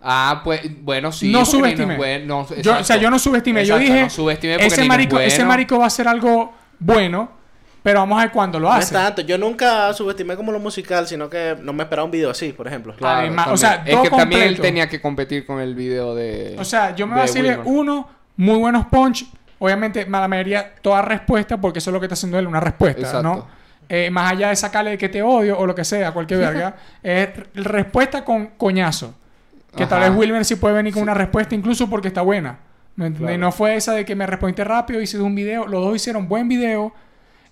Ah, pues, bueno, sí. no porque Nino es subestimé. bueno, no, yo, o sea, exacto. yo no subestimé. Exacto, yo dije, no subestimé porque ese, Nino es marico, ese bueno. marico va a hacer algo bueno, pero vamos a ver cuándo lo No es hace. tanto. Yo nunca subestimé como lo musical, sino que no me esperaba un video así, por ejemplo. Claro, Además, o también. sea, es todo que también él completo. tenía que competir con el video de. O sea, yo me voy a de decirle Wilmer. uno, muy buenos punch. Obviamente, ma- la mayoría, toda respuesta, porque eso es lo que está haciendo él, una respuesta, Exacto. ¿no? Eh, más allá de sacarle que te odio o lo que sea, [laughs] cualquier verga, es r- respuesta con coñazo. Que tal Ajá. vez Wilmer sí puede venir con una respuesta, incluso porque está buena. ¿Me entiendes? Y Claro. no fue esa de que me respondiste rápido, hice un video, los dos hicieron buen video.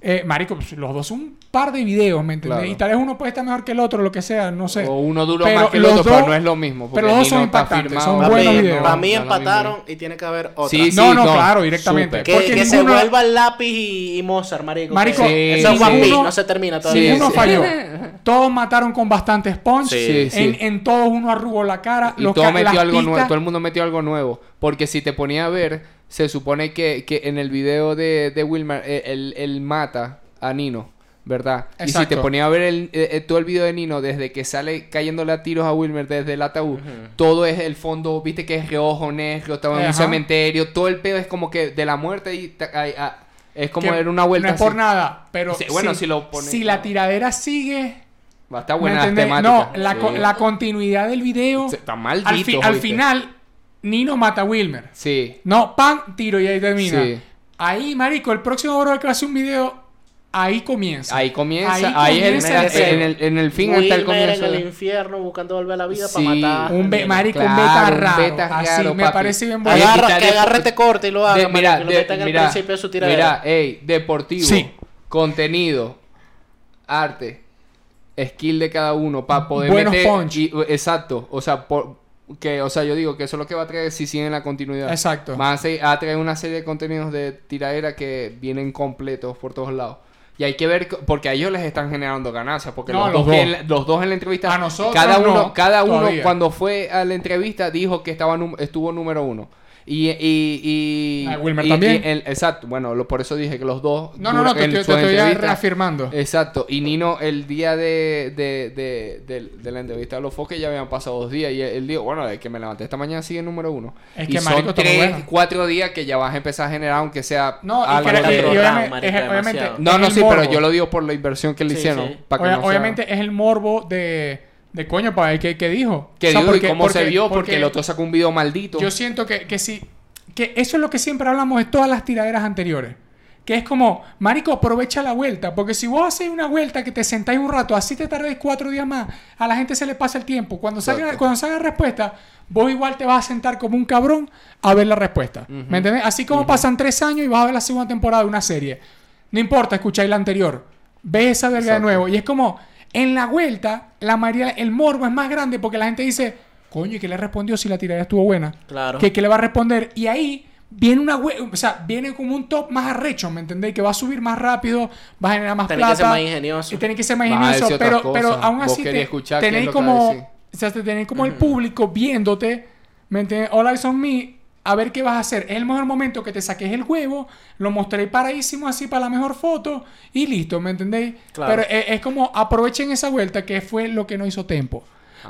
Eh, marico, pues, los dos un par de videos, ¿me entiendes? Claro. Y tal vez uno puede estar mejor que el otro, lo que sea, no sé. O uno duró Pero más que el los otro, pero dos- no es lo pero mismo. porque los dos Nino son está impactantes, firmado. son Papi, buenos videos. Para mí No, no, no, empataron no. y tiene que haber otra. Sí, No, no, no, claro, directamente. súper. Que, porque que se ninguno- vuelva lápiz y, y Mozart, marico. Marico, que- Sí, eso es One sí. Piece, uno- no se termina Sí, todavía. Sí, uno [laughs] sí. falló. Todos mataron con bastante punch. Sí, sí. En, en todos uno arrugó la cara. Y los todo ca- las metió algo pistas- nuevo, todo el mundo metió algo nuevo. Porque si te ponía a ver, se supone que, que en el video de, de Wilmer, eh, él, él mata a Nino, ¿verdad? Y si Exacto. te ponía a ver el, eh, eh, todo el video de Nino, desde que sale cayéndole a tiros a Wilmer desde el ataúd, todo es el fondo, viste que es reojo negro, estaba en Ajá. un cementerio, todo el pedo es como que de la muerte y ta- ay, ah, Es como que era una vuelta No es por así. nada, pero Sí, bueno, si lo pones- si la tiradera sigue, Va a estar ¿me buena la entendés? temática. No, la, co- Sí. la continuidad del video. Se- Está al, fi- maldito. al ¿oíste? final, Nino mata a Wilmer. Sí. No, pan, tiro y ahí termina. Sí. Ahí, marico, el próximo bro que hace un video, ahí comienza. Ahí comienza. Ahí, comienza en, el el, cero. en, el, en el fin Wilmer está el comienzo. en el de- infierno buscando volver a la vida Sí. para matar. a Un be- Nino. marico, un Claro, beta un raro. beta así, raro, me papi. parece bien Ahí bueno. Agarra- está que de- agarrete corte y lo haga, de- marico, mira, que lo de- metan al mira, principio de su tiradera. mira, ey, deportivo, Sí. contenido, arte, skill de cada uno para poder Buenos meter punch. y- exacto, o sea, por- que, o sea, yo digo que eso es lo que va a traer si siguen la continuidad. Exacto. Van a, se- a traer una serie de contenidos de tiradera que vienen completos por todos lados. Y hay que ver, co- porque a ellos les están generando ganancias, porque No, los, los dos que dos. en la- los dos en la entrevista, A nosotros cada no, uno, cada uno todavía. cuando fue a la entrevista dijo que estaba num- estuvo número uno. Y, y, y- Ah, Wilmer y- también. y el- exacto, bueno, lo- por eso dije que los dos. No, no, no, te en estoy- su te estoy entrevista- reafirmando. Exacto, y Nino el día de, de, de, de- de la entrevista a los foques ya habían pasado dos días. Y él, él dijo, bueno, el que me levanté esta mañana sigue número uno. Es y que, son marico, está muy tres, bueno. cuatro días que ya vas a empezar a generar, aunque sea. No, y algo que- de y- y otro round, lado. obviamente, marico, es- obviamente, demasiado. No, es no, el sí, pero morbo. yo lo digo por la inversión que le Sí, hicieron. sí. para que Obvia- no sea- obviamente es el morbo de, de coño para el que, que dijo. Que O sea, digo, porque- y cómo se porque- vio, porque, porque el otro sacó un video maldito. Yo siento que, que sí. Que eso es lo que siempre hablamos de todas las tiraderas anteriores. Que es como, marico, aprovecha la vuelta. Porque si vos haces una vuelta que te sentáis un rato, así te tardáis cuatro días más, a la gente se le pasa el tiempo. Cuando salga, Exacto. cuando salga la respuesta, vos igual te vas a sentar como un cabrón a ver la respuesta. ¿Me entendés? Así como pasan tres años y vas a ver la segunda temporada de una serie. No importa, escucháis la anterior. Ves esa verga de Exacto. nuevo. Y es como, en la vuelta, la mayoría, el morbo es más grande porque la gente dice, coño, ¿y qué le respondió si la tirada estuvo buena? Claro. Que, que le va a responder. Y ahí viene una hue- o sea, viene como un top más arrecho, ¿me entendéis? Que va a subir más rápido, va a generar más Tenés que plata. ser más ingenioso. Y tenés que ser más Va a ingenioso, decir otras pero, pero cosas. aún Vos así querías te- escuchar qué es tenéis lo que va a como, decir. o sea, te tenéis como el público viéndote, ¿me entiendes? All eyes on me. A ver qué vas a hacer. Es el mejor momento que te saques el huevo, lo mostré paradísimo así para la mejor foto y listo, ¿me entendéis? Claro. Pero e, es, es como aprovechen esa vuelta que fue lo que no hizo Tempo.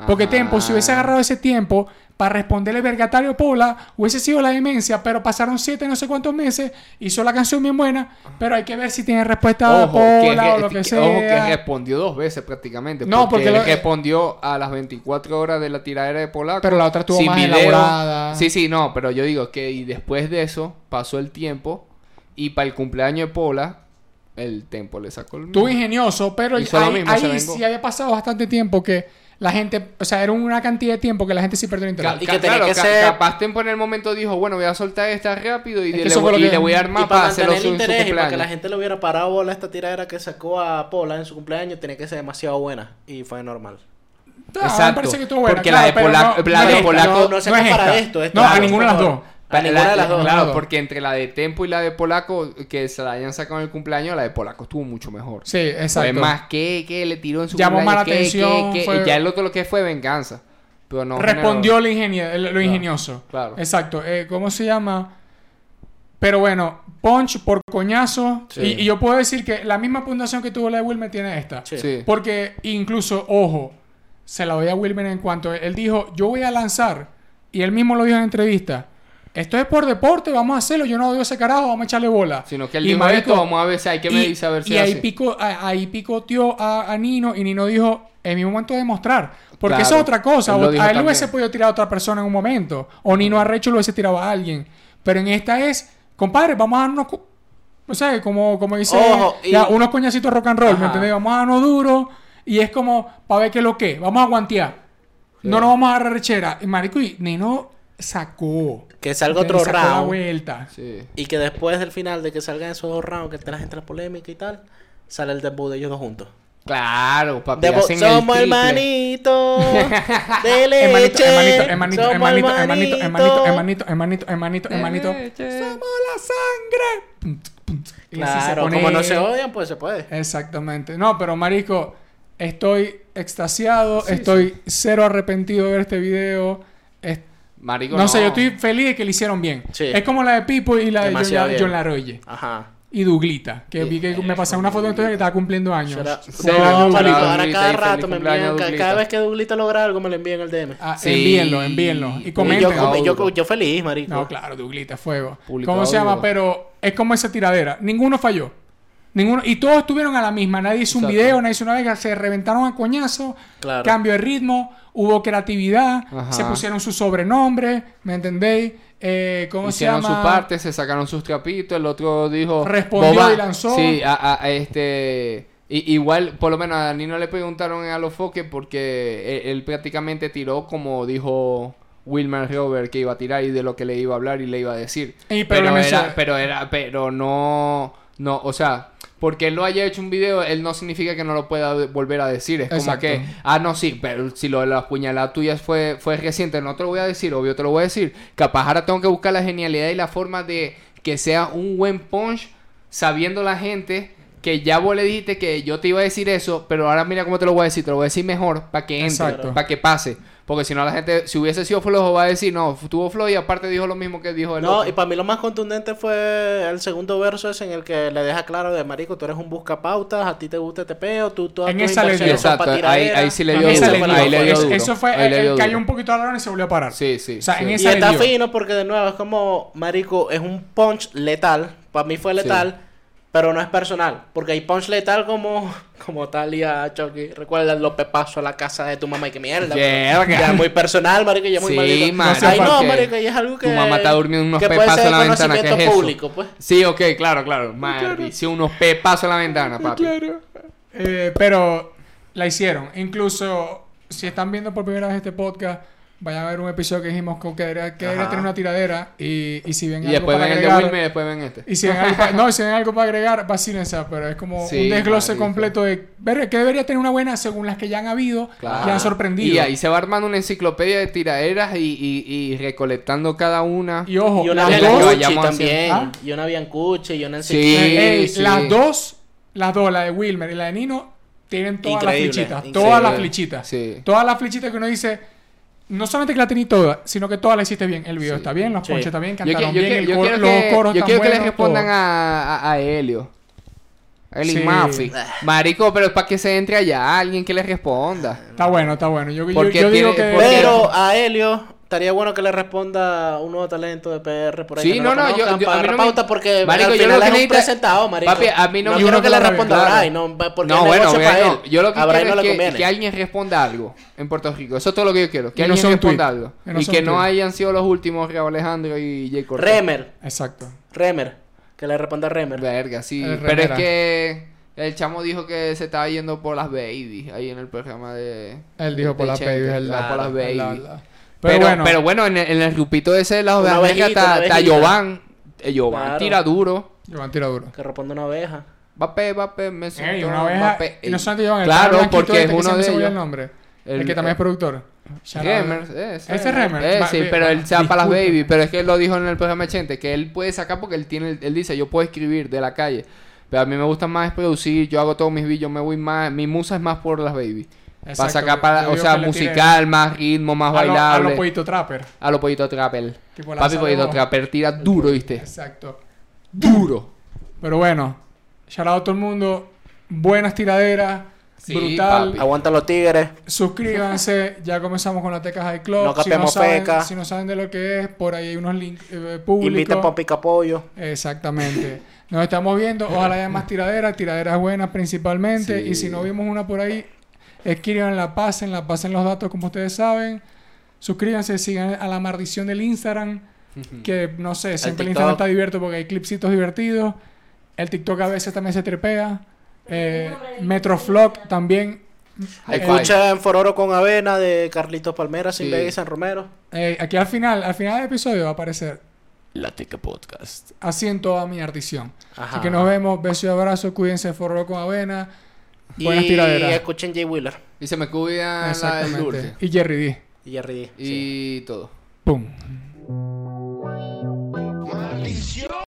Porque Tempo, si hubiese agarrado ese tiempo para responderle vergatario Pola, hubiese sido la demencia, pero pasaron siete no sé cuántos meses, hizo la canción bien buena, pero hay que ver si tiene respuesta a Ojo que, Pola o re- lo que que- sea. ojo que respondió dos veces prácticamente. No, porque él lo- respondió a las 24 horas de la tiradera de Polaco. Pero la otra estuvo sin más video. elaborada. Sí, sí, no, pero yo digo que y después de eso pasó el tiempo y para el cumpleaños de Pola, el tiempo le sacó el... Tú ingenioso, pero ahí, Hizo lo mismo, se ahí vengó. sí había pasado bastante tiempo que la gente, o sea, era una cantidad de tiempo que la gente sí perdió el interés. Ca- Y ca- que tenía claro, que ca- ser- Capaz Tempo en el momento dijo, bueno, voy a soltar esta rápido y, Es que le, eso fue lo voy, y que- le voy a Y armar para para mantener hacerlo el su, interés y su para que la cumpleaños. gente le hubiera parado bola a esta tiradera que sacó a Pola en su cumpleaños, tenía que ser demasiado buena. Y fue normal. Ah, me parece que estuvo buena, Porque claro, la de pero no- Polaco, la no de es- Polaco no, no se compara esta. esto, esto, no, a claro, ninguna de las por dos. favor. A Pa- ninguna de las dos. Claro, Claro. porque entre la de Tempo y la de Polaco, que se la hayan sacado en el cumpleaños, la de Polaco estuvo mucho mejor. Sí, exacto. Fue más que, que le tiró en su Llamó mala cumpleaños, que- que- atención, que- fue- y ya el otro lo que fue venganza. Pero no Respondió lo, ingenie- lo ingenioso. claro. Exacto. Eh, ¿Cómo se llama? Pero bueno, Punch por coñazo. Sí. Y, y yo puedo decir que la misma puntuación que tuvo la de Wilmer tiene esta. Sí. Sí. Porque incluso, ojo, se la doy a Wilmer en cuanto él dijo, yo voy a lanzar. Y él mismo lo dijo en entrevista. Esto es por deporte, vamos a hacerlo. Yo no odio a ese carajo, vamos a echarle bola. Sino que él Y dijo marico, esto, vamos a ver si hay que medir y saber si y ahí, hace. pico, a- ahí picoteó a, a Nino y Nino dijo, es mi momento de demostrar. Porque Claro, eso es otra cosa. él lo vos- dijo a él lo también. hubiese podido tirar a otra persona en un momento. O Nino Arrecho lo hubiese tirado a alguien. Pero en esta es, compadre, vamos a darnos... cu- O sea, como, como dice... Ojo, y- ya, unos coñacitos rock and roll, ¿me Ajá. entendés? Vamos a darnos duro. Y es como, para ver qué es lo que. Vamos a guantear. No nos vamos a agarrar rechera. Y marico, y Nino sacó. Que salga otro Sacó la round. vuelta. Sí. Y que después del final de que salgan esos dos rounds, que te las entras polémica y tal, sale el debut de ellos dos juntos. Claro, papi. Debo- hacen el somos triple. hermanitos [laughs] de Hermanito, leche. hermanito, Este, somos hermanito, hermanito, hermanitos. hermanito, hermanito, hermanito, hermanito, hermanito, hermanito. Somos la sangre. Pum, tsk, pum, tsk. Y así se Claro, pone- Eh, como no se odian, pues se puede. Exactamente. No, pero marico, estoy extasiado, estoy cero arrepentido de ver este video. Es- Marico, no, sé, yo estoy feliz de que lo hicieron bien. Sí. Es como la de Pipo y la de Demasiado John, bien. John Laroye Ajá. y Douglita, que vi que me pasaron una foto en Twitter que estaba cumpliendo años. Yo era- Sí, No, Douglita, marico, ahora Douglita, cada y feliz rato me cumpleaños, envían, ca- Douglita. cada vez que Douglita logra algo me lo envían el DM. Ah, Sí. Envíenlo, envíenlo. Y Y Y yo, comenten. yo, yo feliz, marico. No, claro, Douglita, fuego. Publicado ¿Cómo se llama? duro. Pero es como esa tiradera. Ninguno falló. Ninguno, y todos estuvieron a la misma. Nadie hizo un Exacto. video, nadie hizo una vega. Se reventaron a coñazo. Claro. Cambio de ritmo. Hubo creatividad. Ajá. Se pusieron su sobrenombre. ¿Me entendéis? Eh, ¿Cómo Hicieron se llama? su parte, se sacaron sus trapitos, el otro dijo... Respondió "Boba". y lanzó. Sí, a, a- a este... i- igual, por lo menos a Danilo le preguntaron a los foques porque él, él prácticamente tiró como dijo Wilmer Robert que iba a tirar y de lo que le iba a hablar y le iba a decir. Y pero pero, no sé. era, pero era, pero no, no, o sea, porque él no haya hecho un video, él no significa que no lo pueda de- volver a decir. Es como Exacto. que, ah, no, sí, pero si lo de las puñaladas tuyas fue, fue reciente, no te lo voy a decir, obvio te lo voy a decir. Capaz ahora tengo que buscar la genialidad y la forma de que sea un buen punch, sabiendo la gente que ya vos le dijiste que yo te iba a decir eso, pero ahora mira cómo te lo voy a decir, te lo voy a decir mejor para que entre, Exacto. para que pase. Porque si no la gente, si hubiese sido flojo, va a decir, no, tuvo flojo y aparte dijo lo mismo que dijo el No, otro". y para mí lo más contundente fue el segundo verso es en el que le deja claro de marico, tú eres un buscapautas, a ti te gusta este peo, tú todas En tus esa le dio. inversiones son Exacto, pa' ahí- tiradera. ahí sí le dio Esa Eso le fue dio. lo ahí le que dio Es- fue. duro. Eso fue. Ahí le él- dio él cayó duro. un poquito al lado y se volvió a parar. Sí, sí, O sea, sí. en Y Y esa le está dio. fino porque de nuevo es como, marico, es un punch letal. Para mí fue letal, pero no es personal. Porque hay punch letal como, [laughs] como Talia Chucky. Recuerda los pepazos a la casa de tu mamá y que mierda. Verga. pero Ya es muy personal, marico, ya es muy Sí, maldito. marico, Ay, no, porque marico, y es algo que. tu mamá está durmiendo unos que puede pepazos ser en la ventana, ¿qué es conocimiento eso? público, pues. Sí, ok, claro, claro. Madre, hice unos pepazos a la ventana, papi. Claro. Eh, pero la hicieron. Incluso, si están viendo por primera vez este podcast, vayan a ver un episodio que dijimos que que debería, que debería tener una tiradera. Y, y si ven Y algo después para ven el de agregar- Wilmer y después ven este. Y si ven algo para, no, y si ven algo para agregar, vacílense, pero es como Sí, un desglose marico. completo de ver que debería tener una buena según las que ya han habido Claro. y han sorprendido. Y ahí se va armando una enciclopedia de tiraderas y, y, y recolectando cada una. Y ojo, Y una las de las que dos, ¿Ah? vaya- Biancucci vayamos también. haciendo. Y una Biancucci y una Sí. Enciclopedia. Eh, ey, sí. las dos, las dos, la de Wilmer y la de Nino, tienen todas Increíble, las flechitas. increíble. Todas las flechitas. Sí. Todas las flechitas que uno dice, no solamente que la tenéis todas, sino que todas las hiciste bien. El video Sí. está bien, los Sí. ponches están bien, Yo, qui- cantaron yo bien, qui- el yo coro- quiero los que, coros yo tan quiero que les buenos, respondan todo. a, a, a Helio. Eli Sí. Murphy. Marico, pero es para que se entre allá alguien que les responda. Está bueno, está bueno. Yo, yo- Porque yo digo tiene- que... porque- Pero a Helio estaría bueno que le responda un nuevo talento de PR por ahí. Sí, que no, lo no, yo, conozcan, yo- para a mí dar no me- pauta porque Marico, al yo final lo que es un necesita- presentado, marico. Papi, a mí no, no yo quiero no que le lo responda veo, a claro. Bray, no, va- porque no, el bueno, negocio es para bueno, él. yo lo que a Bray quiero no es le que, conviene. que alguien responda algo en Puerto Rico. Eso es todo lo que yo quiero. Que Que no alguien sea un responda tweet. algo. Que no y sea que un no tweet. hayan sido los últimos Raúl Alejandro y Jay Cortez. Remer, Exacto. Remer, que le responda a Remer. Verga, sí. El Pero es remera. que el chamo dijo que se estaba yendo por las babies ahí en el programa de. Él dijo de por las Chente. babies. él- Ah, por las la- la- babies. la- Pero, Pero, bueno, en, el, en el grupito ese de las Una ovejas ovejita, negras está, una está ovejita. Giovann. Eh, Giovann Claro. tira duro. Giovanni tira duro. Que responda una oveja. Vape, vape, me siento. Ey, una oveja. vape, y ey. no solamente Giovanni, el Claro, blanquito porque este es que uno siempre de se me olvida el ellos. nombre. El- eh, El, que también es productor. Shout out. Remers, ese. Ese es Remers. Eh, Va- sí, ve- pero él se va para las disculpa. baby. Pero es que él lo dijo en el programa de Chente, que él puede sacar porque él tiene, él dice, yo puedo escribir de la calle. Pero a mí me gusta más producir, yo hago todos mis videos, me voy más, mi musa es más por las baby. para Exacto, sacar yo- para, yo o digo sea, que le tire musical, más ritmo, más a lo- A los bailable. pollitos trapper. A los pollitos trapper. Tipo Papi Lázaro. pollito trapper tira duro, ¿viste? Exacto. Duro. Pero bueno, shout out a todo el mundo. Buenas tiraderas. Sí, brutal. papi. Aguanta los tigres. [laughs] Suscríbanse. ya comenzamos con la Teca High Club. No si, no capeamos saben, feca. si no saben de lo que es, por ahí hay unos links eh, públicos. Invita a Pompi Capollo. Exactamente. Nos estamos viendo. Ojalá haya más tiraderas, tiraderas buenas principalmente. Sí. Y si no vimos una por ahí, escríbanla, pásenla, pasen los datos como ustedes saben. Suscríbanse, sigan a la maldición del Instagram. Que no sé, siempre el Instagram TikTok. está divertido porque hay clipsitos divertidos. El TikTok a veces también se trepea. Eh, Metroflog también. High five. Escuchen Fororo con Avena de Carlitos Palmera, Sí. Sin Vega y San Romero. Eh, aquí al final, al final del episodio va a aparecer La Teca Podcast. así en toda mi artición. Ajá. Así que nos vemos. Besos y abrazos. Cuídense, forro con avena. Buenas y tiraderas. escuchen Jay Wheeler Y se me cuida la, el dulce. Exactamente. Y Jerry D. y Jerry D. Y todo. Pum. ¡Maldición!